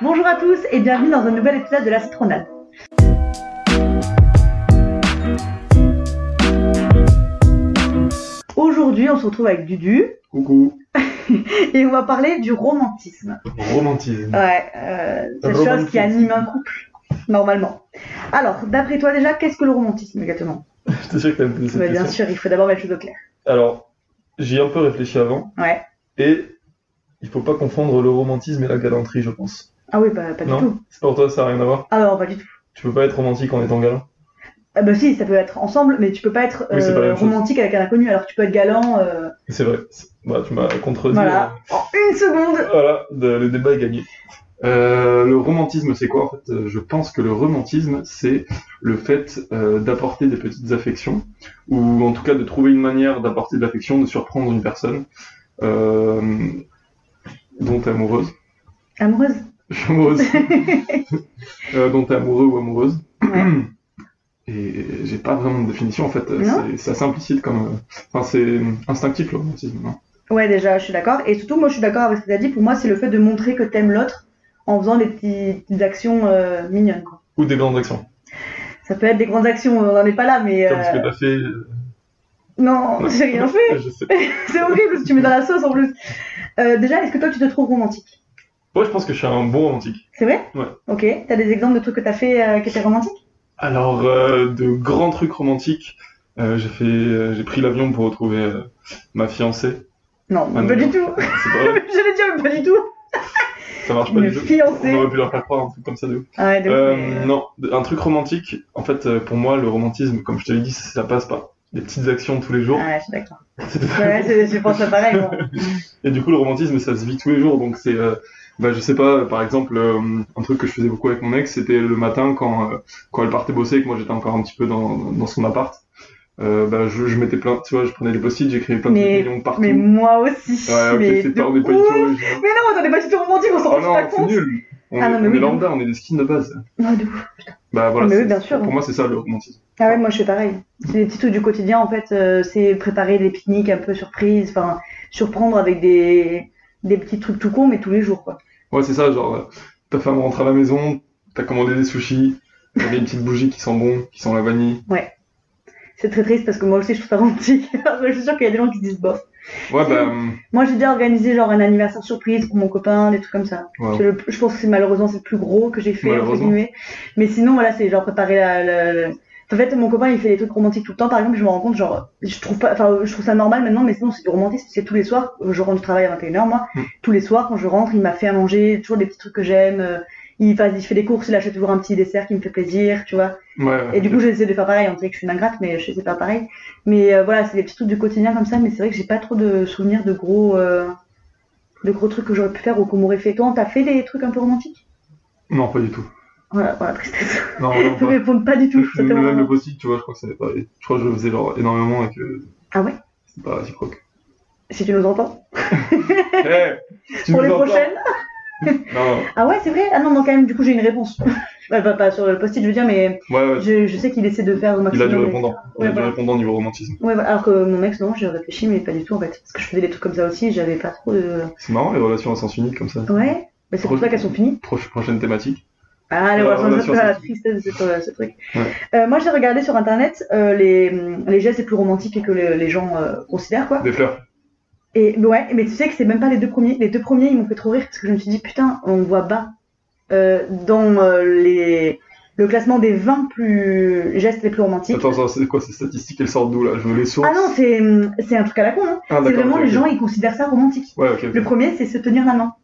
Bonjour à tous et bienvenue dans un nouvel épisode de l'Astronate. Aujourd'hui, on se retrouve avec Dudu Coucou. et on va parler du romantisme. Romantisme. Ouais, euh, cette Romantisme. chose qui anime un couple, normalement. Alors, d'après toi déjà, qu'est-ce que le romantisme exactement Ah, Je te jure que t'as me posé cette Mais Bah, Bien question. sûr, il faut d'abord mettre les choses au clair. Alors, j'y ai un peu réfléchi avant. Ouais. Et il faut pas confondre le romantisme et la galanterie, je pense. Ah oui, bah, pas du Non. tout. C'est pour toi, ça n'a rien à voir. Ah non, pas du tout. Tu peux pas être romantique en étant galant. Ah bah si, ça peut être ensemble, mais tu peux pas être Oui, c'est euh, pas la même chose. romantique avec un inconnu. Alors tu peux être galant, euh, C'est vrai. C'est- Bah, tu m'as contredit. voilà, en une seconde. Voilà, de- le débat est gagné. Euh, le romantisme, c'est quoi en fait Euh, Je pense que le romantisme, c'est le fait euh, d'apporter des petites affections, ou en tout cas de trouver une manière d'apporter de l'affection, de surprendre une personne euh, dont t'es amoureuse. Amoureuse. Je suis amoureuse. Euh, dont t'es amoureux ou amoureuse. Ouais. Et j'ai pas vraiment de définition en fait. Euh, Non. c'est- C'est assez implicite comme. euh, Enfin, c'est instinctif le romantisme. hein. Ouais, déjà, je suis d'accord. Et surtout, moi, je suis d'accord avec ce que tu as dit. Pour moi, c'est le fait de montrer que t'aimes l'autre en faisant des petites, petites actions euh, mignonnes. Quoi. Ou des grandes actions. Ça peut être des grandes actions, on n'en est pas là, mais. Comme ce que euh, t'as fait. Non, j'ai rien fait. Je sais. c'est horrible parce que tu mets dans la sauce en plus. Euh, déjà, est-ce que toi, tu te trouves romantique Moi, je pense que je suis un bon romantique. C'est vrai Ouais. Ok. T'as des exemples de trucs que t'as fait euh, qui étaient romantiques Alors, euh, de grands trucs romantiques, euh, j'ai fait, euh, j'ai pris l'avion pour retrouver euh, ma fiancée. Non, Ah, pas non. du tout. C'est pas vrai, J'allais dire, mais pas du tout. ça marche pas Une du tout. On fiancée. Ah aurait pu leur faire croire un truc comme ça de ouf. Ouais, de ouf, Euh, mais- non, un truc romantique, en fait, euh, pour moi, le romantisme, comme je te l'ai dit, ça passe par des petites actions tous les jours. Ah Ouais, je suis d'accord. C'est- Ouais, c'est- je pense que pareil. moi. Et du coup, le romantisme, ça se vit tous les jours. Donc, c'est, euh, bah, je sais pas, euh, par exemple, euh, un truc que je faisais beaucoup avec mon ex, c'était le matin quand, euh, quand elle partait bosser et que moi j'étais encore un petit peu dans, dans son appart. Euh, bah, je, je mettais plein, tu vois, je prenais des post-it, j'écrivais plein Mais- de millions partout. Mais moi aussi. ouais, ok, mais c'est pas, on de n'est pas du ouf. tout original. Mais non, on n'est pas du tout romantique, on s'en Oh rend pas non, c'est compte. nul. On, Ah est, non, mais on oui, est lambda, on est des skins de base. Ouais, de ouf. Bah voilà. Mais oui, c'est- bien sûr. Pour moi, c'est ça le romantisme. Ah ouais, moi je fais pareil. C'est des petits trucs du quotidien en fait. euh, c'est préparer des pique-niques un peu surprises, enfin surprendre avec des des petits trucs tout cons, mais tous les jours quoi. Ouais, c'est ça, genre, euh, ta femme rentre à la maison, t'as commandé des sushis, t'avais une petite bougie qui sent bon, qui sent la vanille. C'est très triste parce que moi aussi je trouve ça romantique. je suis sûre qu'il y a des gens qui se disent bof. Ouais, Si. bah. hum, Moi j'ai déjà organisé genre un anniversaire surprise pour mon copain, des trucs comme ça. ouais. C'est le- je pense que c'est malheureusement c'est le plus gros que j'ai fait entre Malheureusement. guillemets. Mais sinon voilà c'est genre préparer la, la- la- En fait mon copain il fait des trucs romantiques tout le temps par exemple je me rends compte genre je trouve pas enfin je trouve ça normal maintenant mais sinon c'est du romantisme c'est tous les soirs je rentre du travail à 21h moi Mm. tous les soirs quand je rentre il m'a fait à manger toujours des petits trucs que j'aime euh, il, enfin, il fait des courses il achète toujours un petit dessert qui me fait plaisir tu vois euh, Ouais, et du coup j'essaie de faire pareil on dirait que je suis une ingrate mais je sais faire pareil mais euh, voilà c'est des petits trucs du quotidien comme ça mais c'est vrai que j'ai pas trop de souvenirs de gros euh, de gros trucs que j'aurais pu faire ou qu'on m'aurait fait toi t'as fait des trucs un peu romantiques Non, pas du tout. voilà, voilà, tristesse. Non, vraiment Ils pas. répondent pas du tout. Même, c'était même Ah bah. le vraiment- post-it, tu vois, je crois que c'était pas. Je crois que je le faisais genre énormément et que Ah ouais c'est pas réciproque. Si tu nous entends. Eh, tu Pour nous les entends prochaines Non, Ah ouais, c'est vrai Ah non, non, quand même, du coup, j'ai une réponse. Ouais, pas, pas sur le post-it, je veux dire, mais ouais, ouais, je, je sais qu'il essaie de faire au il maximum. a du répondant. Il Ouais, a du voilà. répondant niveau romantisme. Ouais, voilà, alors que mon ex, non, j'ai réfléchi, mais pas du tout en fait. Parce que je faisais des trucs comme ça aussi, j'avais pas trop de. C'est marrant les relations à sens unique comme ça. Ouais bah, C'est pour ça qu'elles sont finies. Proche- prochaine thématique. Ah, les Ouais, relations, relation c'est la scientifique. tristesse de ce, ce truc. Ouais. Euh, moi, j'ai regardé sur internet euh, les, les gestes les plus romantiques et que le- les gens euh, considèrent, quoi. Des fleurs. Et ouais, mais tu sais que c'est même pas les deux premiers. Les deux premiers, ils m'ont fait trop rire parce que je me suis dit, putain, on voit bas euh, dans euh, les... le classement des 20 plus... gestes les plus romantiques. Attends, attends, c'est quoi ces statistiques Elles sortent d'où là Je veux les sources. ah non, c'est hum, c'est un truc à la con. hein. Ah, c'est d'accord, vraiment, ok, les ok. gens, ils considèrent ça romantique. Ouais, ok. ok. Le premier, c'est se tenir la main.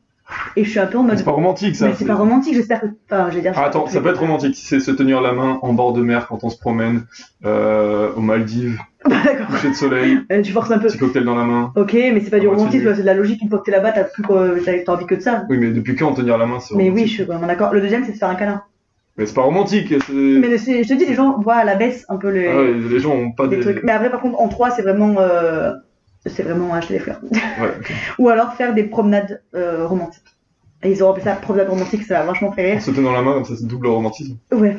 Et je suis un peu en Mais mode. Ah, C'est pas romantique ça. Mais c'est pas romantique, j'espère que. Enfin, je vais dire. Ah, attends, ça peut être romantique. C'est se tenir la main en bord de mer quand on se promène euh, aux Maldives, Bah, D'accord, coucher de soleil, Euh, tu forces un peu. petit cocktail dans la main. Ok, mais c'est pas du Ah, moi, c'est romantisme, nul. c'est de la logique. Une fois que t'es là-bas, t'as plus quoi- t'as t'as envie que de ça. Oui, mais depuis quand tenir la main c'est Mais romantique oui, je suis vraiment d'accord. Le deuxième, c'est de faire un câlin. Mais c'est pas romantique. c'est- Mais c'est- je te dis, les gens voient à la baisse un peu le. Ah ouais, les gens ont pas des trucs. Mais après, par contre, en 3, c'est vraiment, euh, c'est vraiment acheter des fleurs. Ouais, ok. Ou alors faire des promenades euh, romantiques. Et ils ont appelé ça promenade romantique, ça a vachement fait En rire. se tenant la main, comme ça, c'est double romantisme. Ouais. Ouais.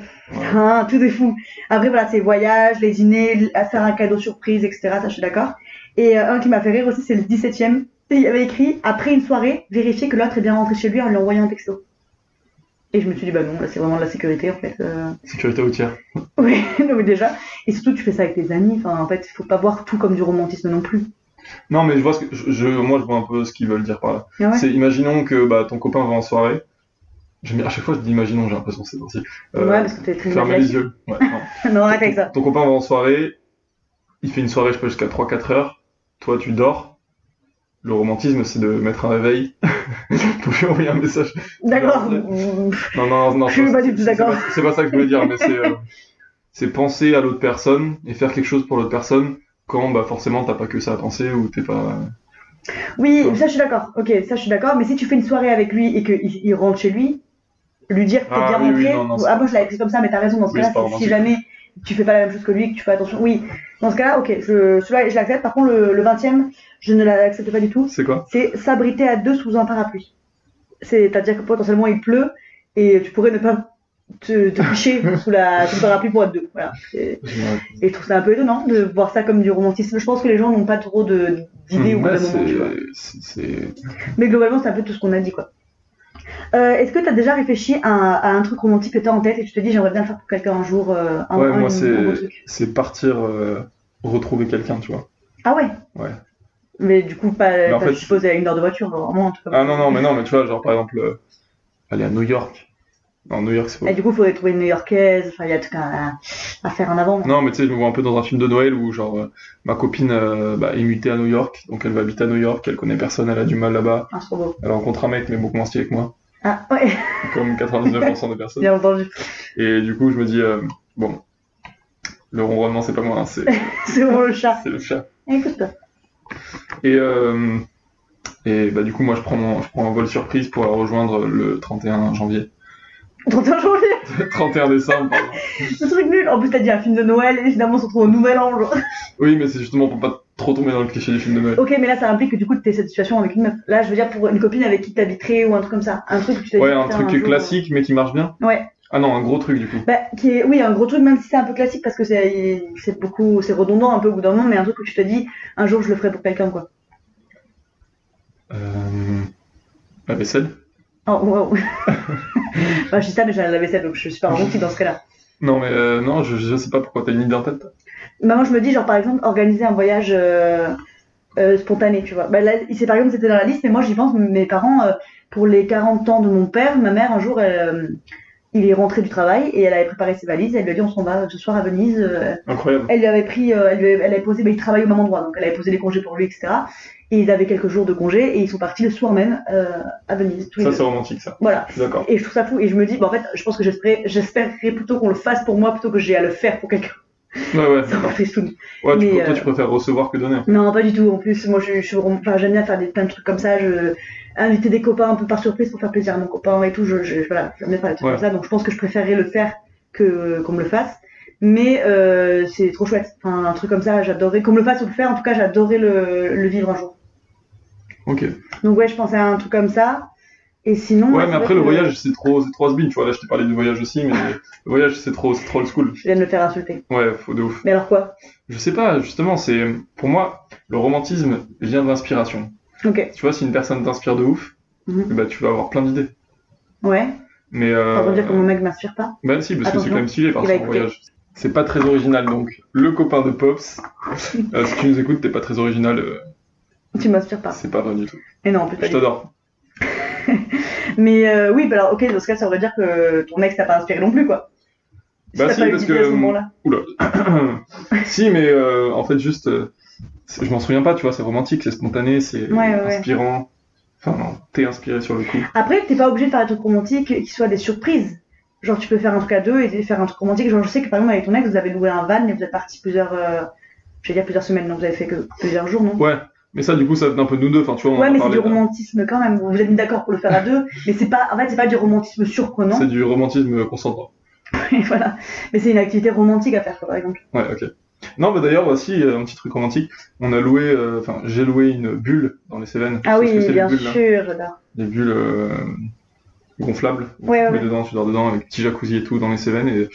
Hein, tout est fou. Après, voilà, c'est voyages, les dîners, l- à faire un cadeau surprise, etc. Ça, je suis d'accord. Et euh, un qui m'a fait rire aussi, c'est le 17 e Il y avait écrit, après une soirée, vérifier que l'autre est bien rentré chez lui en lui envoyant un texto. Et je me suis dit, bah non, là c'est vraiment de la sécurité en fait. euh. Sécurité routière. Oui, non, mais déjà. Et surtout, tu fais ça avec tes amis. Enfin, en fait, il faut pas voir tout comme du romantisme non plus. Non, mais je vois ce que, je, je- moi, je vois un peu ce qu'ils veulent dire par là. Ah ouais. C'est, imaginons que bah, ton copain va en soirée. J'aime bien- à chaque fois, je dis imaginons, j'ai l'impression que c'est gentil. Euh, ouais, parce que t'es très fermez les yeux. Ouais, non. Non, arrête avec ça. Ton copain va en soirée, il fait une soirée, je sais pas, jusqu'à 3-4 heures, toi tu dors. Le romantisme, c'est de mettre un réveil pour lui envoyer un message. D'accord. Non, non, non, non. Je suis c'est- pas du tout c'est- d'accord. c'est pas- C'est pas ça que je voulais dire, mais c'est euh, c'est penser à l'autre personne et faire quelque chose pour l'autre personne quand bah, forcément t'as pas que ça à penser ou t'es pas. Oui, ça je suis d'accord. Ok, ça je suis d'accord. Mais si tu fais une soirée avec lui et qu'il il rentre chez lui, lui dire que t'es Ah, bien oui, oui, rentré. non, non, ou- c'est- ah, moi je l'avais pris comme ça, mais t'as raison. Dans ce Oui, cas-là, c'est pas si romantique. jamais tu fais pas la même chose que lui, que tu fais attention. Oui, dans ce cas-là, ok, je, celui-là, je l'accepte. Par contre, le, le 20 e je ne l'accepte pas du tout. C'est quoi c'est s'abriter à deux sous un parapluie. C'est-à-dire que potentiellement il pleut et tu pourrais ne pas te, te coucher sous, la, sous le parapluie pour être deux. Voilà. Et, et je trouve ça un peu étonnant de voir ça comme du romantisme. Je pense que les gens n'ont pas trop de- d'idées au bout Ouais, d'un moment. tu vois. c'est- c'est- c'est- Mais globalement, c'est un peu tout ce qu'on a dit. quoi. Euh, Est-ce que tu as déjà réfléchi à, à un truc romantique que tu as en tête et tu te dis j'aimerais bien le faire pour quelqu'un un jour euh, un, Ouais, un- moi, un c'est- beau truc c'est partir euh, retrouver quelqu'un, tu vois. Ah ouais Ouais. Mais du coup, pas, en pas fait, supposé à une heure de voiture, vraiment. en tout cas. Ah non, non, mais non, mais tu vois, genre par exemple, euh, aller à New York. Non, New York, c'est pas. Et du coup, il faudrait trouver une New-Yorkaise, enfin, il y a tout à, à faire en avant. Non, mais tu sais, je me vois un peu dans un film de Noël où, genre, euh, ma copine euh, bah, est mutée à New York, donc elle va habiter à New York, elle connaît personne, elle a du mal là-bas, Ah, c'est trop beau. elle rencontre un mec, mais beaucoup moins stylé que moi, Ah, ouais, comme 99% des personnes. bien entendu. Et du coup, je me dis, euh, bon, le ronronnement, c'est pas moi, hein, c'est C'est bon, le chat. Eh, c'est le chat. Écoute-toi. Et, euh, et bah, du coup, moi, je prends, mon- je prends un vol surprise pour la rejoindre le 31 janvier. 31 janvier, 31 décembre, pardon. ce truc nul. En plus, t'as dit un film de Noël, et finalement, on se retrouve au Nouvel An. genre. Oui, mais c'est justement pour pas trop tomber dans le cliché du film de Noël. Ok, mais là, ça implique que du coup, t'es cette situation avec une meuf. Là, je veux dire, pour une copine avec qui t'habiterais ou un truc comme ça. Un truc que tu t'as dit, Ouais, un putain, truc jour, classique mais qui marche bien. Ouais. Ah non, un gros truc du coup. euh, Bah, qui est, oui, un gros truc, même si c'est un peu classique, parce que c'est c'est beaucoup, c'est redondant un peu au bout d'un moment, mais un truc que tu te dis, un jour, je le ferai pour quelqu'un, quoi. Euh... La vaisselle Oh, wow. Bah, je dis ça, mais j'ai la vaisselle, donc je suis pas romantique dans ce cas-là. Non, mais euh, non, je, je sais pas pourquoi t'as une idée en tête. Maman, je me dis, genre, par exemple, organiser un voyage euh, euh, spontané, tu vois. Bah, là, il s'est- par exemple, c'était dans la liste, mais moi, j'y pense, mes parents, euh, pour les 40 ans de mon père, ma mère, un jour, elle, euh, il est rentré du travail et elle avait préparé ses valises. Elle lui a dit, on s'en va ce soir à Venise. euh. Incroyable. Elle lui avait pris, euh, elle, lui avait, elle avait posé, bah, il travaille au même endroit, donc elle avait posé les congés pour lui, etc. Et ils avaient quelques jours de congés et ils sont partis le soir même euh, à Venise, tous les Ça, deux. c'est romantique, ça. Voilà. Je suis d'accord. Et je trouve ça fou et je me dis, bah, en fait, je pense que j'espérais- j'espérerais plutôt qu'on le fasse pour moi plutôt que j'ai à le faire pour quelqu'un. Ouais, ouais. Ça m'a fait sourire. ouais tu, Mais, toi, euh, tu préfères recevoir que donner. Non, pas du tout. En plus, moi, je, je suis vraiment- enfin, j'aime bien faire des, plein de trucs comme ça. Je, inviter des copains un peu par surprise pour faire plaisir à mon copain et tout. Je, je, voilà, j'aime bien faire des trucs Ouais. comme ça. Donc, je pense que je préférerais le faire que qu'on me le fasse. Mais euh, c'est trop chouette. Enfin, un truc comme ça, j'adorerais qu'on me le fasse ou le faire. En tout cas, j'adorerais le, le vivre un jour. Ok. Donc, ouais, je pensais à un truc comme ça. Et sinon. Ouais, c'est mais vrai après, le que voyage, c'est trop, c'est trop has-been, tu vois. Là, je t'ai parlé du voyage aussi, mais le voyage, c'est trop, c'est trop old school. Je viens de me faire insulter. Ouais, faut de ouf. Mais alors quoi Je sais pas, justement, c'est. Pour moi, le romantisme vient de l'inspiration. Ok. Tu vois, si une personne t'inspire de ouf, Mhm. bah, tu vas avoir plein d'idées. Ouais. Mais. Ça veut dire que Euh... mon mec m'inspire pas. Bah si, parce que c'est Attention, quand même stylé il partir va en écouter. voyage. C'est pas très original donc. Le copain de Pops, euh, si tu nous écoutes, t'es pas très original, euh, Tu m'inspires pas. c'est pas vrai du tout. Et non, en plus, pas Je du t'adore. Mais euh, oui, bah alors ok, dans ce cas, ça veut dire que ton ex t'a pas inspiré non plus, quoi. Bah t'as si, pas eu parce d'idée que, à hum, ce moment-là. si, mais euh, en fait juste, euh, c'est- je m'en souviens pas, tu vois, c'est romantique, c'est spontané, c'est Ouais, ouais, ouais. inspirant. Enfin non, t'es inspiré sur le coup. Après, t'es pas obligé de faire des trucs romantiques qui soient des surprises. Genre, tu peux faire un truc à deux et faire un truc romantique. Genre, je sais que par exemple, avec ton ex, vous avez loué un van et vous êtes partis plusieurs. euh, je vais dire plusieurs semaines, non, vous avez fait que plusieurs jours, non Ouais, mais ça du coup ça venait un peu de nous deux, enfin tu vois, on Ouais, en mais c'est parlait. du romantisme quand même. Vous vous êtes mis d'accord pour le faire à deux, mais c'est pas. En fait, c'est pas du romantisme surprenant. C'est du romantisme concentrant. Et voilà. Mais c'est une activité romantique à faire, quoi, par exemple. Ouais, ok. Non, bah d'ailleurs, voici un petit truc romantique. On a loué, euh, enfin, j'ai loué une bulle dans les Cévennes. Ah Tu sais ce que oui, c'est, les bien bulles, là sûr, j'adore. des bulles euh, gonflables. Ouais, Ah ouais, tu mets ouais. dedans, tu dors dedans, avec petit jacuzzi et tout dans les Cévennes. Et...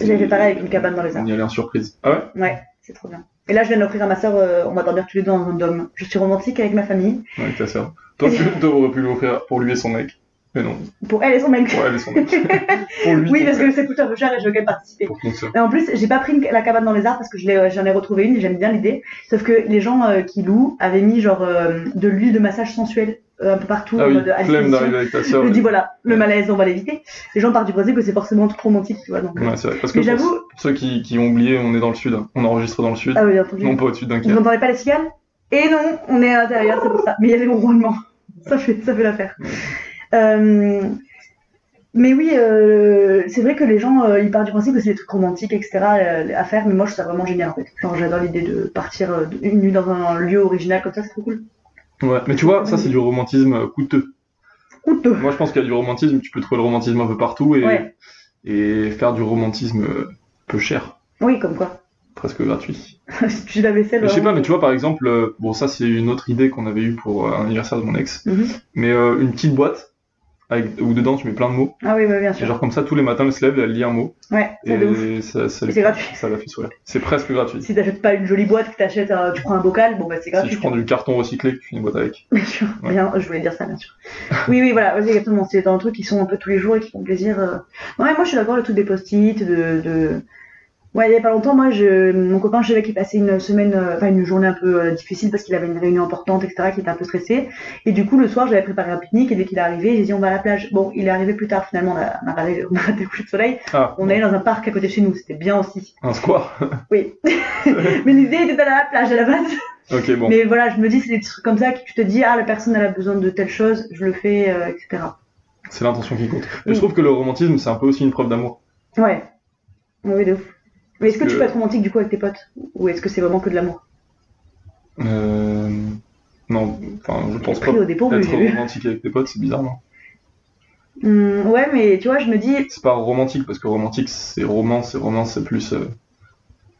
J'avais fait pareil avec une cabane dans les arbres. On y allait en surprise. Ah ouais C'est trop bien. Et là, je viens de l'offrir à ma sœur, euh, on va dormir tous les deux dans un dôme. Je suis romantique avec ma famille. Ouais, Avec ta sœur. Toi, tu t'aurais pu l'offrir pour lui et son mec. Mais non, Pour elle et son mec. pour elle et son mec. pour lui. oui, pour parce elle, que ça coûte un peu cher et je veux quand même participer. Pour ton sœur. Et en plus, j'ai pas pris une- la cabane dans les arbres parce que je l'ai- euh, j'en ai, retrouvé une et j'aime bien l'idée. Sauf que les gens euh, qui louent avaient mis genre euh, de l'huile de massage sensuelle euh, un peu partout. Ah en oui, mode à flemme disposition. d'arriver avec ta sœur. Je me dis mais- voilà, le malaise, on va l'éviter. Les gens partent du principe que c'est forcément trop romantique, tu vois. Donc, euh. Ouais, c'est vrai. Parce que mais pour, j'avoue, pour ceux qui, qui ont oublié, on est dans le sud. hein. On enregistre dans le sud. ah oui, bien entendu. non, pas au-dessus d'un Vous n'entendez pas les cigales Et non, on est à l'intérieur, c'est pour ça. Mais il y a des roulements. Ça fait, ça fait l'affaire. Euh, mais oui, euh, c'est vrai que les gens, euh, ils partent du principe que c'est des trucs romantiques, etc. euh, à faire, mais moi je trouve ça vraiment génial en fait. Genre j'adore l'idée de partir euh, une nuit dans un lieu original comme ça, c'est trop cool. Ouais. Mais tu vois, ça, c'est du romantisme euh, coûteux. Coûteux. Moi, je pense qu'il y a du romantisme. Tu peux trouver le romantisme un peu partout et, Ouais. et faire du romantisme euh, peu cher, Oui, comme quoi. presque gratuit. Si tu la vaisselle. Mais Je sais pas, vraiment. mais tu vois, par exemple, euh, bon, ça c'est une autre idée qu'on avait eue pour euh, un anniversaire de mon ex, Mhm. mais euh, une petite boîte avec, où dedans tu mets plein de mots, Ah oui, bah, bien et sûr. genre euh, comme ça, tous les matins elle se lève et elle lit un mot, Ouais, c'est de ouf. et ça, ça, Et c'est gratuit. ça la fait sourire. C'est presque gratuit. Si t'achètes pas une jolie boîte, que t'achètes, un- tu prends un bocal, bon bah c'est Si gratuit. tu prends du carton recyclé, que tu fais une boîte avec. Bien sûr, Ouais. bien, je voulais dire ça, bien sûr. Oui, oui, voilà, oui, exactement. C'est dans le truc qui sont un peu tous les jours et qui font plaisir. euh. Ouais, moi je suis d'accord, le truc des post-it, de, de. Ouais, il y a pas longtemps, moi, je... mon copain, je savais qu'il passait une semaine, euh, enfin une journée un peu euh, difficile parce qu'il avait une réunion importante, etc., qui était un peu stressé. Et du coup, le soir, j'avais préparé un pique-nique et dès qu'il est arrivé, j'ai dit on va à la plage. Bon, il est arrivé plus tard finalement, on a, on a raté on a raté le coucher de soleil. Ah, On est allé dans un parc à côté de chez nous, c'était bien aussi. un square. Oui. Mais l'idée était d'aller à la plage à la base. ok, bon. Mais voilà, je me dis, c'est des trucs comme ça que tu te dis, ah, la personne, elle a besoin de telle chose, je le fais, euh, etc. C'est l'intention qui compte. Et Oui. je trouve que le romantisme, c'est un peu aussi une preuve d'amour. Ouais. Oui, de ouf. Mais est-ce que, Parce tu que- peux être romantique du coup avec tes potes Ou est-ce que c'est vraiment que de l'amour Euh... Non, enfin, je pense pas. Pris au dépôt, mais j'ai Être vu. romantique avec tes potes, c'est bizarre, non Hum, ouais, mais tu vois, je me dis, C'est pas romantique, parce que romantique, c'est romance, c'est romance, c'est plus. euh,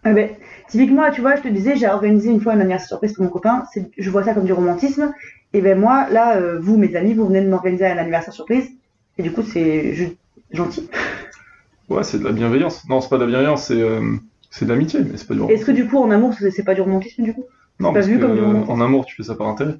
ah ben, typiquement, tu vois, je te disais, j'ai organisé une fois une anniversaire surprise pour mon copain, c'est- je vois ça comme du romantisme. Et ben moi, là, euh, vous, mes amis, vous venez de m'organiser un anniversaire surprise, et du coup, c'est ju- gentil. Ouais, c'est de la bienveillance. Non, c'est pas de la bienveillance, c'est euh, c'est de l'amitié, mais c'est pas du romantisme. Est-ce que du coup, en amour, c'est c'est pas du romantisme du coup Non, pas parce vu que, comme du euh, romantisme. en amour, tu fais ça par intérêt.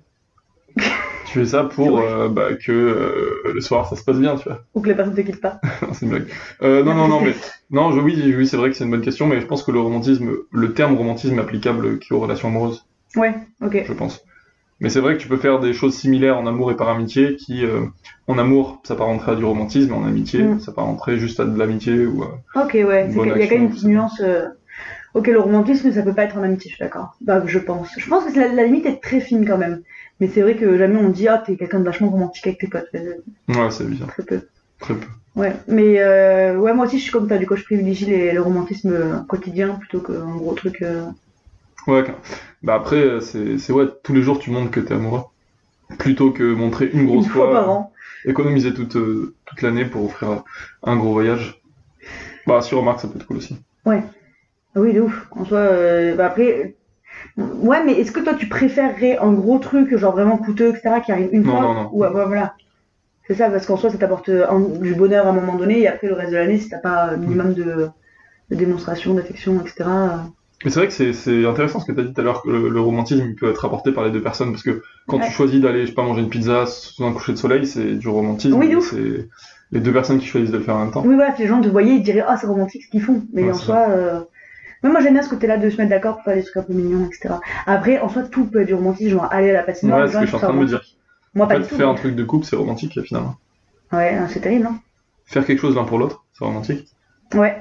tu fais ça pour Ouais. euh, bah, que euh, le soir ça se passe bien, tu vois. Ou que la personne te quitte pas Non, c'est une blague. Euh, non, non, non, mais non, je, oui, oui, c'est vrai que c'est une bonne question, mais je pense que le romantisme, le terme romantisme est applicable qu'aux relations amoureuses, Ouais, ok. je pense. Mais c'est vrai que tu peux faire des choses similaires en amour et par amitié, qui euh, en amour, ça part rentrer à du romantisme, et en amitié, Mm. ça part rentrer juste à de l'amitié ou. à- Ok, ouais, Une c'est bonne que- il y a quand même une petite action, nuance. euh, Ok, le romantisme, ça peut pas être en amitié, je suis d'accord. Bah, je pense. Je pense que c'est la, la limite est très fine quand même. Mais c'est vrai que jamais on dit, ah, t'es quelqu'un de vachement romantique avec tes potes. Euh, Ouais, c'est bien. Très peu. Très peu. Ouais, mais euh, ouais, moi aussi, je suis comme toi. Du coup, je privilégie les- le romantisme euh, quotidien plutôt qu'un gros truc. euh, Ouais, quand- bah après, euh, c'est c'est ouais, tous les jours tu montres que t'es amoureux. Plutôt que montrer une une grosse fois par an. économiser toute, euh, toute l'année pour offrir un gros voyage. Bah, si remarque, ça peut être cool aussi. Ah Oui, de ouf. En soi, euh, bah après. euh, Ouais, mais est-ce que toi, tu préférerais un gros truc, genre vraiment coûteux, etc., qui arrive une Non, fois non, non. Ou ah, bah, voilà. C'est ça, parce qu'en soi, ça t'apporte euh, un- du bonheur à un moment donné, et après, le reste de l'année, si t'as pas un minimum de, de démonstration, d'affection, etc. euh, Mais c'est vrai que c'est- c'est intéressant ce que tu as dit tout à l'heure, que le, le romantisme il peut être apporté par les deux personnes, parce que quand Ouais. tu choisis d'aller, je sais pas, manger une pizza sous un coucher de soleil, c'est du romantisme. Oui, de et ouf. c'est les deux personnes qui choisissent de le faire en même temps. Oui, voilà, si les gens te voyaient, ils te diraient, ah, c'est romantique ce qu'ils font. Mais Ouais, en c'est soi. euh, ouais, moi, j'aime bien ce côté-là de se mettre d'accord pour faire des trucs un peu mignons, etc. Après, en soi, tout peut être du romantisme, genre aller à la patinoire, Ouais, les c'est ce gens, que ils je suis en trouvent train de me ça dire. romantique. Moi, En pas fait, du tout. hein. faire un truc de couple, c'est romantique finalement. Ouais, hein, c'est terrible, hein. Faire quelque chose l'un pour l'autre, c'est romantique. Ouais.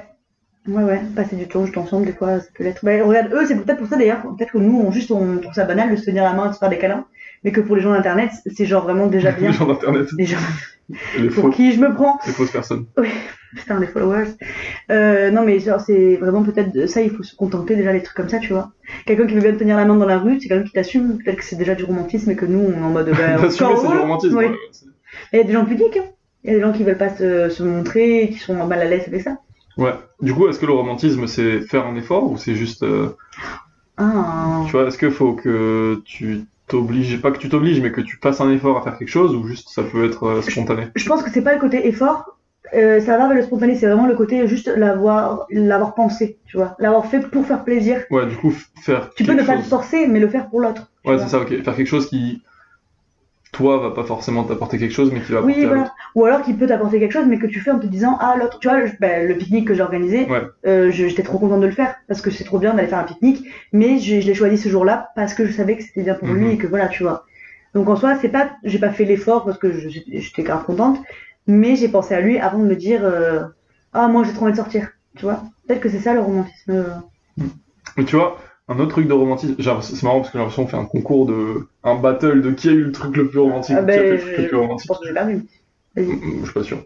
Ouais, ouais, passer du temps juste ensemble, des fois, ça peut l'être. Mais regarde, eux, c'est peut-être pour ça d'ailleurs. Peut-être que nous, on, juste, on trouve ça banal de se tenir la main et de se faire des câlins. Mais que pour les gens d'internet, c'est genre vraiment déjà bien. Les gens d'internet, les gens les pour faux, qui je me prends. les fausses personnes. Putain, les followers. Euh, non, mais genre, c'est vraiment peut-être de ça, il faut se contenter déjà des trucs comme ça, tu vois. Quelqu'un qui veut bien te tenir la main dans la rue, c'est quelqu'un qui t'assume. Peut-être que c'est déjà du romantisme et que nous, on est en mode. Bah, Bien sûr, mais c'est encore du heureux. romantisme. Oui. ouais. Il y a des gens pudiques, hein. Il y a des gens qui veulent pas se, se montrer, qui sont mal à l'aise avec ça. Ouais. Du coup, est-ce que le romantisme, c'est faire un effort ou c'est juste. euh, Ah, tu vois, est-ce qu'il faut que tu t'obliges, pas que tu t'obliges, mais que tu passes un effort à faire quelque chose ou juste ça peut être euh, spontané je pense que c'est pas le côté effort. euh, ça va avec le spontané, c'est vraiment le côté juste l'avoir, l'avoir pensé, tu vois, l'avoir fait pour faire plaisir. Ouais, du coup, f- faire. Tu peux quelque ne pas le chose. forcer, mais le faire pour l'autre. tu Ouais, vois. c'est ça, ok. Faire quelque chose qui. toi va pas forcément t'apporter quelque chose, mais qui va apporter Oui, à voilà. l'autre. Ou alors qu'il peut t'apporter quelque chose, mais que tu fais en te disant Ah, l'autre, tu vois, je- ben, le pique-nique que j'ai organisé, Ouais. euh, je- j'étais trop contente de le faire parce que c'est trop bien d'aller faire un pique-nique, mais je, je l'ai choisi ce jour-là parce que je savais que c'était bien pour Mhm. lui et que voilà, tu vois. Donc en soi, c'est pas, j'ai pas fait l'effort parce que je- j'étais j'étais grave contente, mais j'ai pensé à lui avant de me dire euh, Ah, moi j'ai trop envie de sortir, tu vois. Peut-être que c'est ça le romantisme. euh, Mais tu vois, un autre truc de romantisme, genre, c'est c'est marrant parce que j'ai l'impression qu'on fait un concours de. un battle de qui a eu le truc le plus romantique, Ah qui ben, a fait le truc le je- plus Je romantique. pense que j'ai perdu. Vas-y. Mm, Je suis pas sûr.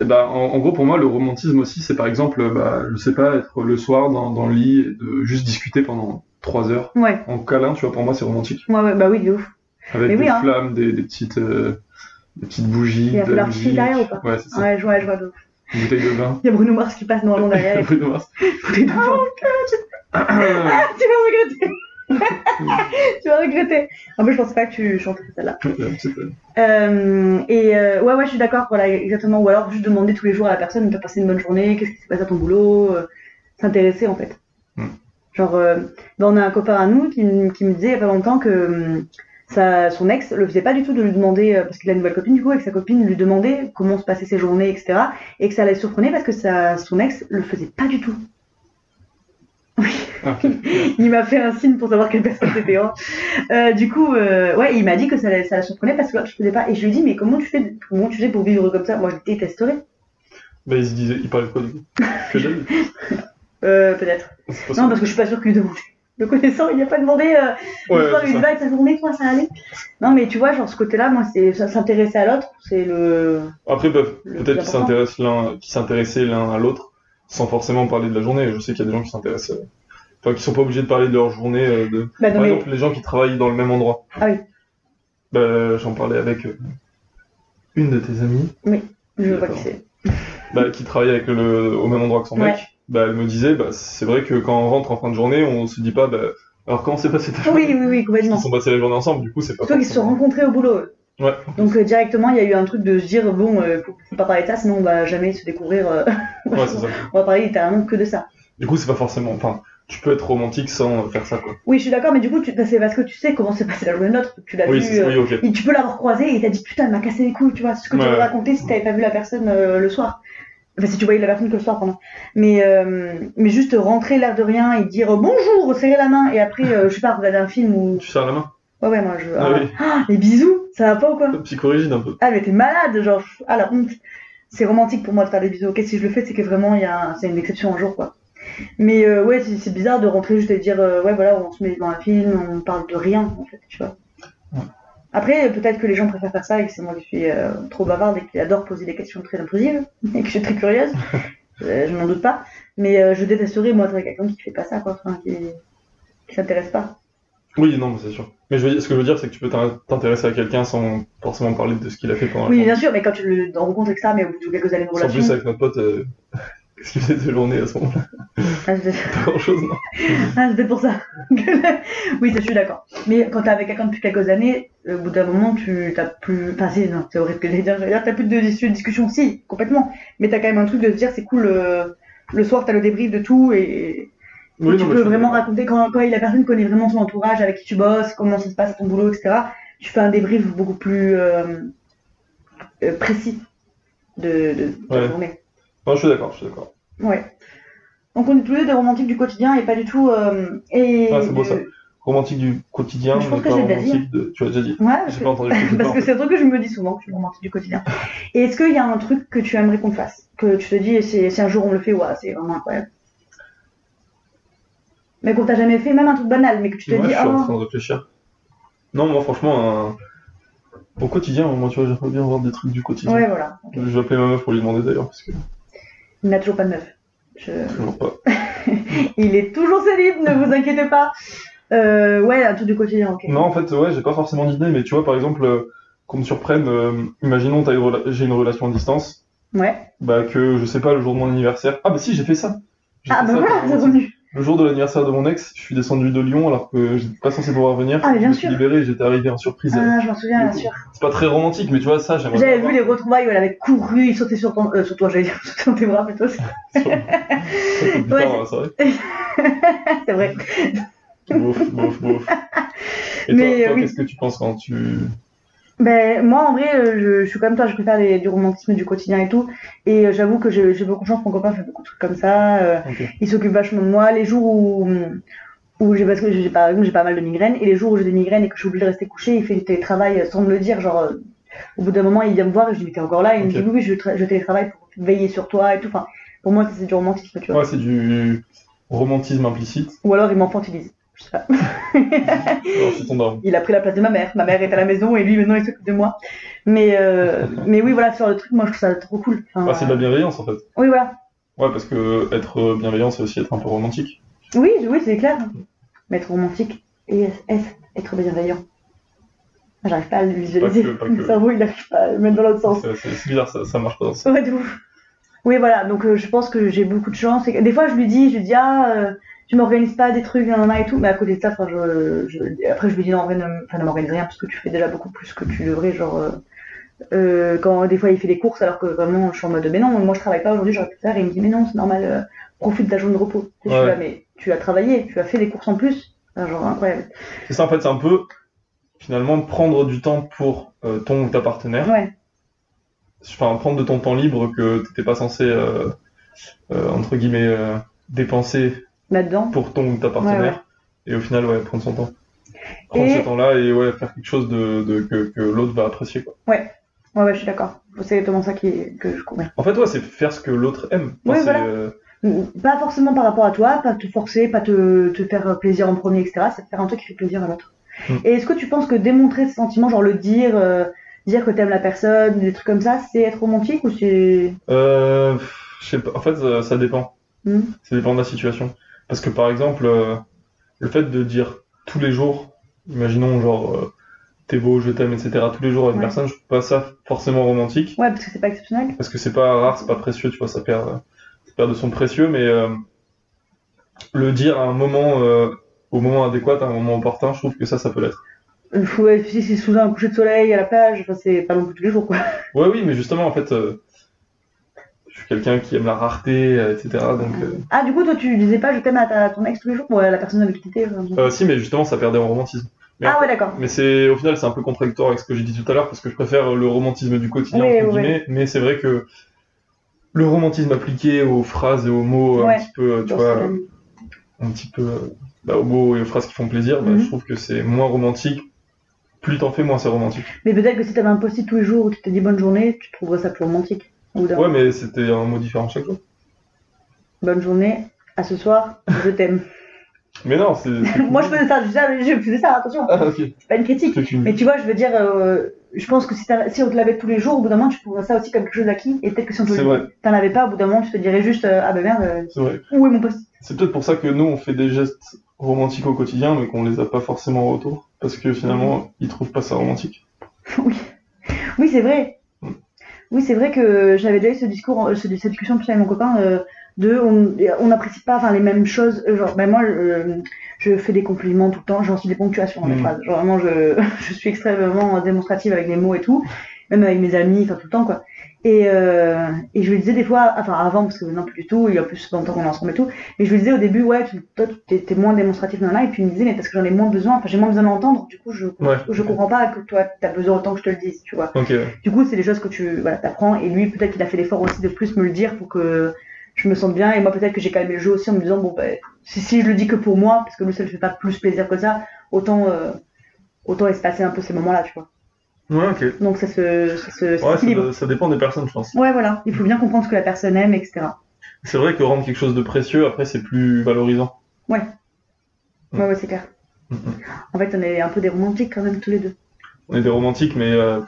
Eh ben, en, en gros, pour moi, le romantisme aussi, c'est par exemple, bah, je sais pas, être le soir dans, dans le lit, et de juste discuter pendant trois heures Ouais, en câlin, tu vois, pour moi, c'est romantique. ouais, ouais, bah oui, de ouf. Avec Mais des oui, hein. flammes, des, des petites, euh, des petites bougies, Il y a de la Florcy derrière ou Ouais, c'est ça. Ouais, je vois, je vois. de ouf. Une bouteille de vin. Il y a Bruno Mars qui passe normalement derrière. et- Bruno Mars. tu vas regretter. tu vas regretter. En plus, je pensais pas que tu chantais celle-là. La petite, euh, Euh, et euh, ouais, ouais, je suis d'accord. Voilà, exactement. Ou alors juste demander tous les jours à la personne, t'as passé une bonne journée, qu'est-ce qui s'est passé à ton boulot, euh, s'intéresser en fait. Hmm. Genre, euh, ben, on a un copain à nous qui, m- qui me disait il y a pas longtemps que hum, sa, son ex le faisait pas du tout de lui demander, euh, parce qu'il a une nouvelle copine du coup, et que sa copine lui demandait comment se passaient ses journées, etc. Et que ça la surprenait parce que sa, son ex le faisait pas du tout. ah, ok. Il m'a fait un signe pour savoir quelle personne c'était. hein. Euh, du coup, euh, ouais, il m'a dit que ça la, ça la surprenait parce que l'autre, je faisais pas. Et je lui ai dit, mais comment tu fais, comment tu fais pour vivre comme ça Moi, je détesterais. Bah, il se disait, il parlait de quoi du coup Que dalle. Euh, peut-être. C'est pas ça. Non, parce que je suis pas sûre qu'il lui demandait. Le connaissant, il n'a pas demandé. Euh, Ouais, l'histoire, c'est il ça. lui va, ta journée, toi, ça allait. Non, mais tu vois, genre, ce côté-là, moi, c'est ça- s'intéresser à l'autre, c'est le. Après, peuvent Le peut-être plus qu'ils important. s'intéressent l'un, qu'ils s'intéressaient l'un à l'autre, sans forcément parler de la journée. Je sais qu'il y a des gens qui s'intéressent, euh, enfin, qui sont pas obligés de parler de leur journée. euh, de... Bah, non, Par mais- exemple, les gens qui travaillent dans le même endroit. Ah oui. Bah, j'en parlais avec euh, une de tes amies, je vois D'accord. qui c'est. bah, qui travaille avec le, au même endroit que son Ouais. mec. Bah, elle me disait, bah, c'est vrai que quand on rentre en fin de journée, on se dit pas, bah, alors comment s'est passé ta journée Ah Oui, oui, oui, Ils complètement. sont passés la journée ensemble, du coup, c'est pas Surtout qu'ils se sont forcément- rencontrés au boulot. eux. Ouais. Donc, euh, directement, il y a eu un truc de se dire, bon, euh, faut faut pas parler de ça, sinon on va jamais se découvrir. euh, Ouais, c'est ça. on va parler littéralement que de ça. Du coup, c'est pas forcément. Enfin, tu peux être romantique sans euh, faire ça, quoi. Oui, je suis d'accord, mais du coup, tu... c'est parce que tu sais comment s'est passée la journée de l'autre. Tu l'as Oui, vu. c'est euh, oui, ok. Et tu peux l'avoir croisé et t'as dit putain, elle m'a cassé les couilles, tu vois. Ce que tu Ouais. aurais raconté si t'avais pas vu la personne euh, le soir. Enfin, si tu voyais la personne que le soir, pardon. Mais, euh, mais juste rentrer l'air de rien et dire euh, bonjour, serrer la main et après, euh, je sais pas, regarder un film ou. Tu serres la main Ouais, ouais, moi je. Ah oui. Ah, les bisous, ça va pas ou quoi Psychorigide un peu. Ah, mais t'es malade, genre. Ah, la honte. C'est romantique pour moi de faire des bisous. Ok, si je le fais, c'est que vraiment, il y a un- c'est une exception un jour, quoi. Mais euh, ouais, c'est c'est bizarre de rentrer juste et de dire, euh, ouais, voilà, on se met dans un film, on parle de rien, en fait, tu vois. Ouais. Après, euh, peut-être que les gens préfèrent faire ça et que c'est moi qui suis euh, trop bavarde et qui adore poser des questions très intrusives et que je suis très curieuse. Euh, je n'en doute pas. Mais euh, je détesterais, moi, être quelqu'un qui fait pas ça, quoi. Enfin, qui, qui s'intéresse pas. Oui, non, mais c'est sûr. Mais je veux dire- ce que je veux dire, c'est que tu peux t'in- t'intéresser à quelqu'un sans forcément parler de ce qu'il a fait pendant la Oui, journée. bien sûr, mais quand tu le rencontres avec ça, mais au bout de quelques années de Sans plus, relation. avec notre pote, euh, qu'est-ce qu'il faisait de journée à ce moment-là ah, je- Pas grand-chose, non Ah, c'était pour ça. oui, ça, je suis d'accord. Mais quand t'es avec quelqu'un depuis quelques années, euh, au bout d'un moment, tu t'as plus. Enfin, si, non, c'est horrible que j'allais dire. J'allais dire, t'as plus de dis- discussion, si, complètement. Mais t'as quand même un truc de se dire, c'est cool, euh, le soir, t'as le débrief de tout et. et Oui, tu non, mais peux je- vraiment raconter quand, quand la personne connaît vraiment son entourage, avec qui tu bosses, comment ça se passe à ton boulot, etc. Tu fais un débrief beaucoup plus euh, euh, précis de, de ta Ouais. journée. Non, je suis d'accord, je suis d'accord. Ouais. Donc on est tous les deux des romantiques du quotidien et pas du tout. euh, et Ah, c'est beau, du- ça. Romantique du quotidien, Mais je pense pas que j'ai déjà dit. romantique de. Tu as déjà dit. Ouais, parce J'ai que- pas entendu ce que tu parce que parles. c'est un truc que je me dis souvent, que je suis romantique du quotidien. Et est-ce qu'il y a un truc que tu aimerais qu'on fasse Que tu te dis, c'est- si un jour on le fait, ouais, c'est vraiment incroyable. Mais qu'on t'a jamais fait, même un truc banal, mais que tu te Ouais, je dis, suis en oh, train de réfléchir. Non, moi, franchement, un- au quotidien, moi, tu vois, j'aimerais bien voir des trucs du quotidien. ouais, voilà. Je vais appeler ma meuf pour lui demander d'ailleurs, parce que Il n'a toujours pas de meuf. Je- toujours pas. Il est toujours célib, ne vous inquiétez pas. Euh, ouais, un truc du quotidien, ok. Non, en fait, ouais, j'ai pas forcément d'idée, mais tu vois, par exemple, euh, qu'on me surprenne, euh, imaginons t'as une rela- j'ai une relation à distance, Ouais. bah que je sais pas, le jour de mon anniversaire. Ah, bah si, j'ai fait ça J'ai Ah, bah fait ça, voilà, pendant c'est longtemps. revenu. Le jour de l'anniversaire de mon ex, je suis descendu de Lyon alors que j'étais pas censé pouvoir venir. Ah, mais bien je me suis sûr. libéré, j'étais arrivé en surprise. Ah, je m'en souviens, Du bien coup, sûr. C'est pas très romantique, mais tu vois, ça, j'aimerais J'avais bien vu les retrouvailles où elle avait couru, il sautait sur ton, euh, sur toi, j'allais dire, sur tes bras plutôt. voir. Ça, c'est plus Ouais, tard, hein, c'est vrai. C'est vrai. Bouf, bouf, bouf. Et Mais, toi, euh, toi, oui. qu'est-ce que tu penses quand tu Ben, moi, en vrai, euh, je, je suis comme toi, je préfère les, du romantisme du quotidien et tout. Et euh, j'avoue que j'ai j'ai beaucoup de chance, mon copain fait beaucoup de trucs comme ça. euh, Ok. il s'occupe vachement de moi. Les jours où, où j'ai, parce que j'ai, par exemple, j'ai pas mal de migraines, et les jours où j'ai des migraines et que je suis obligée de rester couchée, il fait du télétravail sans me le dire. Genre, euh, au bout d'un moment, il vient me voir et je lui dis, mais t'es encore là? Et il me Ok. dit, oui, oui, je, tra- je télétravaille pour veiller sur toi et tout. Enfin, pour moi, ça, c'est du romantisme, tu vois. Ouais, c'est du romantisme implicite. Ou alors, il m'infantilise. Je sais pas. Alors, c'est ton daron. il a pris la place de ma mère. Ma mère est à la maison et lui maintenant il s'occupe de moi. Mais euh, mais oui voilà sur le truc moi je trouve ça trop cool. Enfin, Ah, c'est de la bienveillance en fait. Oui voilà. Ouais, parce que être bienveillant, c'est aussi être un peu romantique. Oui oui c'est clair. Mais être romantique et S, S, être bienveillant. J'arrive pas à le visualiser. Pas que- pas Mon que. cerveau il arrive pas à le mettre dans l'autre sens. C'est c'est- c'est bizarre, ça, ça marche pas dans ça. Ouais, de ouf. Oui, voilà, donc euh, je pense que j'ai beaucoup de chance. Et que- Des fois, je lui dis, je lui dis, ah, euh, tu m'organises pas des trucs, nanana et tout, mais à côté de ça, enfin, je, je- après, je lui dis, non, en vrai, ne, enfin, ne m'organise rien, parce que tu fais déjà beaucoup plus que tu devrais, genre, euh, euh, quand des fois, il fait des courses, alors que vraiment, je suis en mode, mais non, moi, je travaille pas aujourd'hui, j'aurais pu faire, et il me dit, mais non, c'est normal, euh, profite de ta journée de repos. Et Je suis Ouais. là, mais tu as travaillé, tu as fait des courses en plus, Enfin, genre, incroyable. C'est ça en fait, c'est un peu finalement prendre du temps pour euh, ton ou ta partenaire. Ouais, Enfin, prendre de ton temps libre que t'étais pas censé, euh, euh, entre guillemets, euh, dépenser là-dedans. pour ton ou ta partenaire. Ouais, ouais. Et au final, ouais, prendre son temps. Prendre Et- ce temps-là et ouais, faire quelque chose de, de- que, que l'autre va apprécier. Quoi. Ouais, ouais, je suis d'accord. C'est exactement ça qui, que je comprends. En fait, ouais, c'est faire ce que l'autre aime. Ouais, Enfin, c'est, voilà. euh, Mm, Pas forcément par rapport à toi, pas te forcer, pas te, te faire plaisir en premier, etc. C'est de faire un truc qui fait plaisir à l'autre. Mm. Et est-ce que tu penses que démontrer ces sentiments, genre le dire, euh, dire que t'aimes la personne, des trucs comme ça, c'est être romantique ou c'est. Euh, pff, je sais pas. En fait, ça, ça dépend. Hmm. Ça dépend de la situation. Parce que par exemple, euh, le fait de dire tous les jours, imaginons genre euh, t'es beau, je t'aime, etc. Tous les jours à une Ouais. personne, je trouve pas ça forcément romantique. Ouais, parce que c'est pas exceptionnel. Parce que c'est pas rare, c'est pas précieux, tu vois, ça perd, euh, ça perd de son précieux. Mais euh, le dire à un moment, euh, au moment adéquat, à un moment opportun, je trouve que ça, ça peut l'être. Euh, faut- ouais, si c'est sous un coucher de soleil à la plage, enfin, c'est pas non plus tous les jours, quoi. Ouais, oui, mais justement, en fait, euh, je suis quelqu'un qui aime la rareté, euh, etc. Donc. euh, Ah, du coup, toi, tu disais pas je t'aime à ta- ton ex tous les jours, ouais, la personne avec qui t'étais. enfin, euh, si, mais justement, ça perdait en romantisme. mais ah, ouais, d'accord. Mais c'est au final c'est un peu contradictoire avec ce que j'ai dit tout à l'heure parce que je préfère le romantisme du quotidien Oui, entre oui. guillemets, mais c'est vrai que le romantisme appliqué aux phrases et aux mots Ouais. un petit peu euh, tu Bon, vois c'est quand même- un petit peu euh, bah, aux mots et aux phrases qui font plaisir, bah, Mhm. je trouve que c'est moins romantique. Plus t'en fais, moins c'est romantique. Mais peut-être que si t'avais un post-it tous les jours où tu t'es dit bonne journée, tu trouverais ça plus romantique. Au bout d'un Ouais, mais c'était un mot différent chaque jour. Bonne journée, à ce soir, je t'aime. Mais non, c'est. c'est Moi je faisais ça, je faisais ça, je faisais ça, attention, Ah, ok. c'est pas une critique. C'est qu'une- Mais tu vois, je veux dire, euh, je pense que si, t'as- si on te l'avait tous les jours, au bout d'un moment, tu trouverais ça aussi comme quelque chose d'acquis. Et peut-être que si on C'est te vrai, t'en avais pas, au bout d'un moment, tu te dirais juste, euh, ah ben merde, euh, c'est vrai. où est mon poste C'est peut-être pour ça que nous on fait des gestes romantiques au quotidien, mais qu'on les a pas forcément en retour parce que finalement Mhm. ils trouvent pas ça romantique. Oui, c'est vrai. Mm. Oui, c'est vrai que j'avais déjà eu ce discours, euh, ce- cette discussion en plus avec mon copain euh, de on on n'apprécie pas enfin, les mêmes choses. Euh, Genre, ben moi, euh, je fais des compliments tout le temps, j'en suis des ponctuations dans mes Mm. phrases. Genre, vraiment, je, je suis extrêmement démonstrative avec les mots et tout, même avec mes amis, enfin tout le temps quoi. Et, euh, et je lui disais des fois, enfin avant, parce que maintenant plus du tout, il y a plus longtemps qu'on est ensemble et tout, mais je lui disais au début, ouais, tu, toi tu- t'es t'es moins démonstratif, là, et puis il me disait, mais parce que j'en ai moins besoin, enfin j'ai moins besoin de l'entendre, du coup je, Ouais. je comprends pas que toi t'as besoin autant que je te le dise, tu vois. Ok. Du coup, c'est des choses que tu voilà, apprends. Et lui, peut-être qu'il a fait l'effort aussi de plus me le dire pour que je me sente bien. Et moi, peut-être que j'ai calmé le jeu aussi en me disant, bon, ben, si, si je le dis que pour moi, parce que lui, ça ne fait pas plus plaisir que ça, autant, euh, autant espacer un peu ces moments-là, tu vois. Ouais, ok. Donc, ça se, ça se ça Ouais, ça, s'équilibre. de- ça dépend des personnes, je pense. Ouais, voilà. Il faut bien comprendre ce que la personne aime, etc. C'est vrai que rendre quelque chose de précieux, après, c'est plus valorisant. Mm. Ouais, ouais, c'est clair. Mhm. En fait, on est un peu des romantiques quand même, tous les deux. On est des romantiques, mais euh,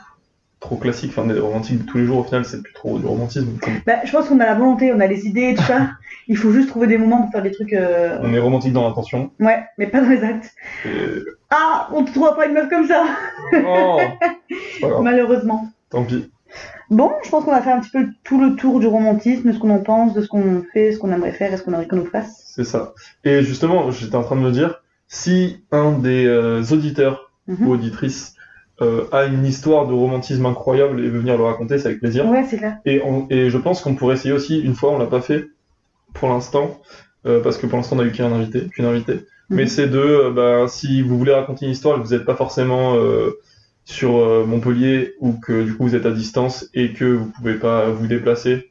trop classiques. Enfin, des romantiques de tous les jours, au final, c'est plus trop du romantisme. Bah, je pense qu'on a la volonté, on a les idées, tout ça. Il faut juste trouver des moments pour faire des trucs. euh, On est romantique dans l'intention. Ouais, mais pas dans les actes. Et... Ah, on ne trouvera pas une meuf comme ça, Oh C'est pas grave. malheureusement. Tant pis. Bon, je pense qu'on a fait un petit peu tout le tour du romantisme, ce qu'on en pense, de ce qu'on fait, ce qu'on aimerait faire et ce qu'on aimerait qu'on nous fasse. C'est ça. Et justement, j'étais en train de me dire, si un des euh, auditeurs Mhm. ou auditrices euh, a une histoire de romantisme incroyable et veut venir le raconter, c'est avec plaisir. Ouais, c'est clair. Et, on- et je pense qu'on pourrait essayer aussi, une fois, on l'a pas fait pour l'instant, euh, parce que pour l'instant on a eu qu'un invité, qu'une invitée. Mhm. Mais c'est de, euh, bah, si vous voulez raconter une histoire et que vous n'êtes pas forcément euh, sur euh, Montpellier ou que du coup vous êtes à distance et que vous pouvez pas vous déplacer,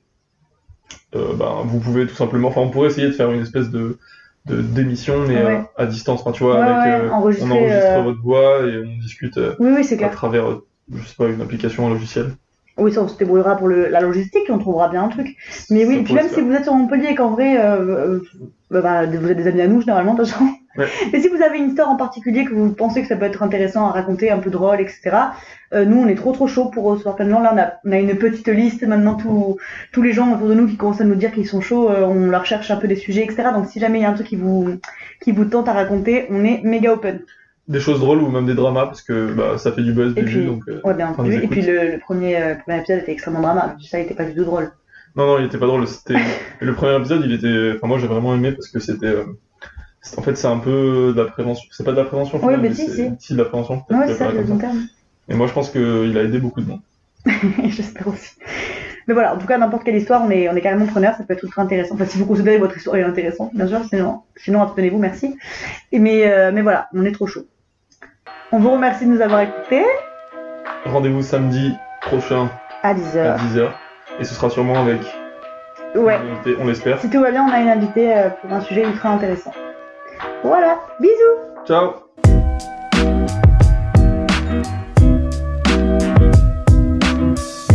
euh, ben, vous pouvez tout simplement. Enfin, on pourrait essayer de faire une espèce de de- d'émission mais Ah Ouais. euh, à distance. Enfin, tu vois, Ouais, avec, ouais, euh, enregistrer, on enregistre euh, votre voix et on discute euh, Oui, oui, c'est à clair. travers, euh, je sais pas, une application, un logiciel. Oui, ça, on se débrouillera pour le- la logistique, on trouvera bien un truc. Mais Ça oui, puis pourrait même se si vous êtes sur Montpellier et qu'en vrai, euh, euh, bah, bah, vous êtes des amis à nous, généralement, de toute façon. Ouais. Mais si vous avez une histoire en particulier que vous pensez que ça peut être intéressant à raconter, un peu drôle, etc., euh, nous, on est trop trop chaud pour recevoir plein de gens. Là, on a, on a une petite liste maintenant, tous- tous les gens autour de nous qui commencent à nous dire qu'ils sont chauds, euh, on leur cherche un peu des sujets, etc. Donc si jamais il y a un truc qui vous, qui vous tente à raconter, on est méga open. des choses drôles ou même des dramas parce que bah, ça fait du buzz Et du jeu puis- donc euh, Ouais, bien On les entendu. Et écoute. puis le, le premier, euh, premier épisode était extrêmement drama, ça, il était pas du tout drôle. non non il était pas drôle c'était le premier épisode il était enfin moi j'ai vraiment aimé parce que c'était euh, c'est- en fait c'est un peu de la prévention c'est pas de la prévention au Oui, final, mais si, c'est si. de la prévention peut-être Ouais, que c'est ça, j'appellerais le comme bon terme. ça. et moi je pense que il a aidé beaucoup de monde J'espère aussi. Mais voilà, en tout cas, n'importe quelle histoire, on est, on est carrément preneur, ça peut être ultra intéressant. Enfin, si vous considérez que votre histoire est intéressante, bien sûr, sinon, sinon abstenez-vous, merci. Et mais, euh, mais voilà, on est trop chaud. On vous remercie de nous avoir écoutés rendez-vous samedi prochain à à 10h. 10h et ce sera sûrement avec Ouais, une invitée, on l'espère si tout va bien, on a une invitée euh, pour un sujet ultra intéressant. Voilà, bisous ciao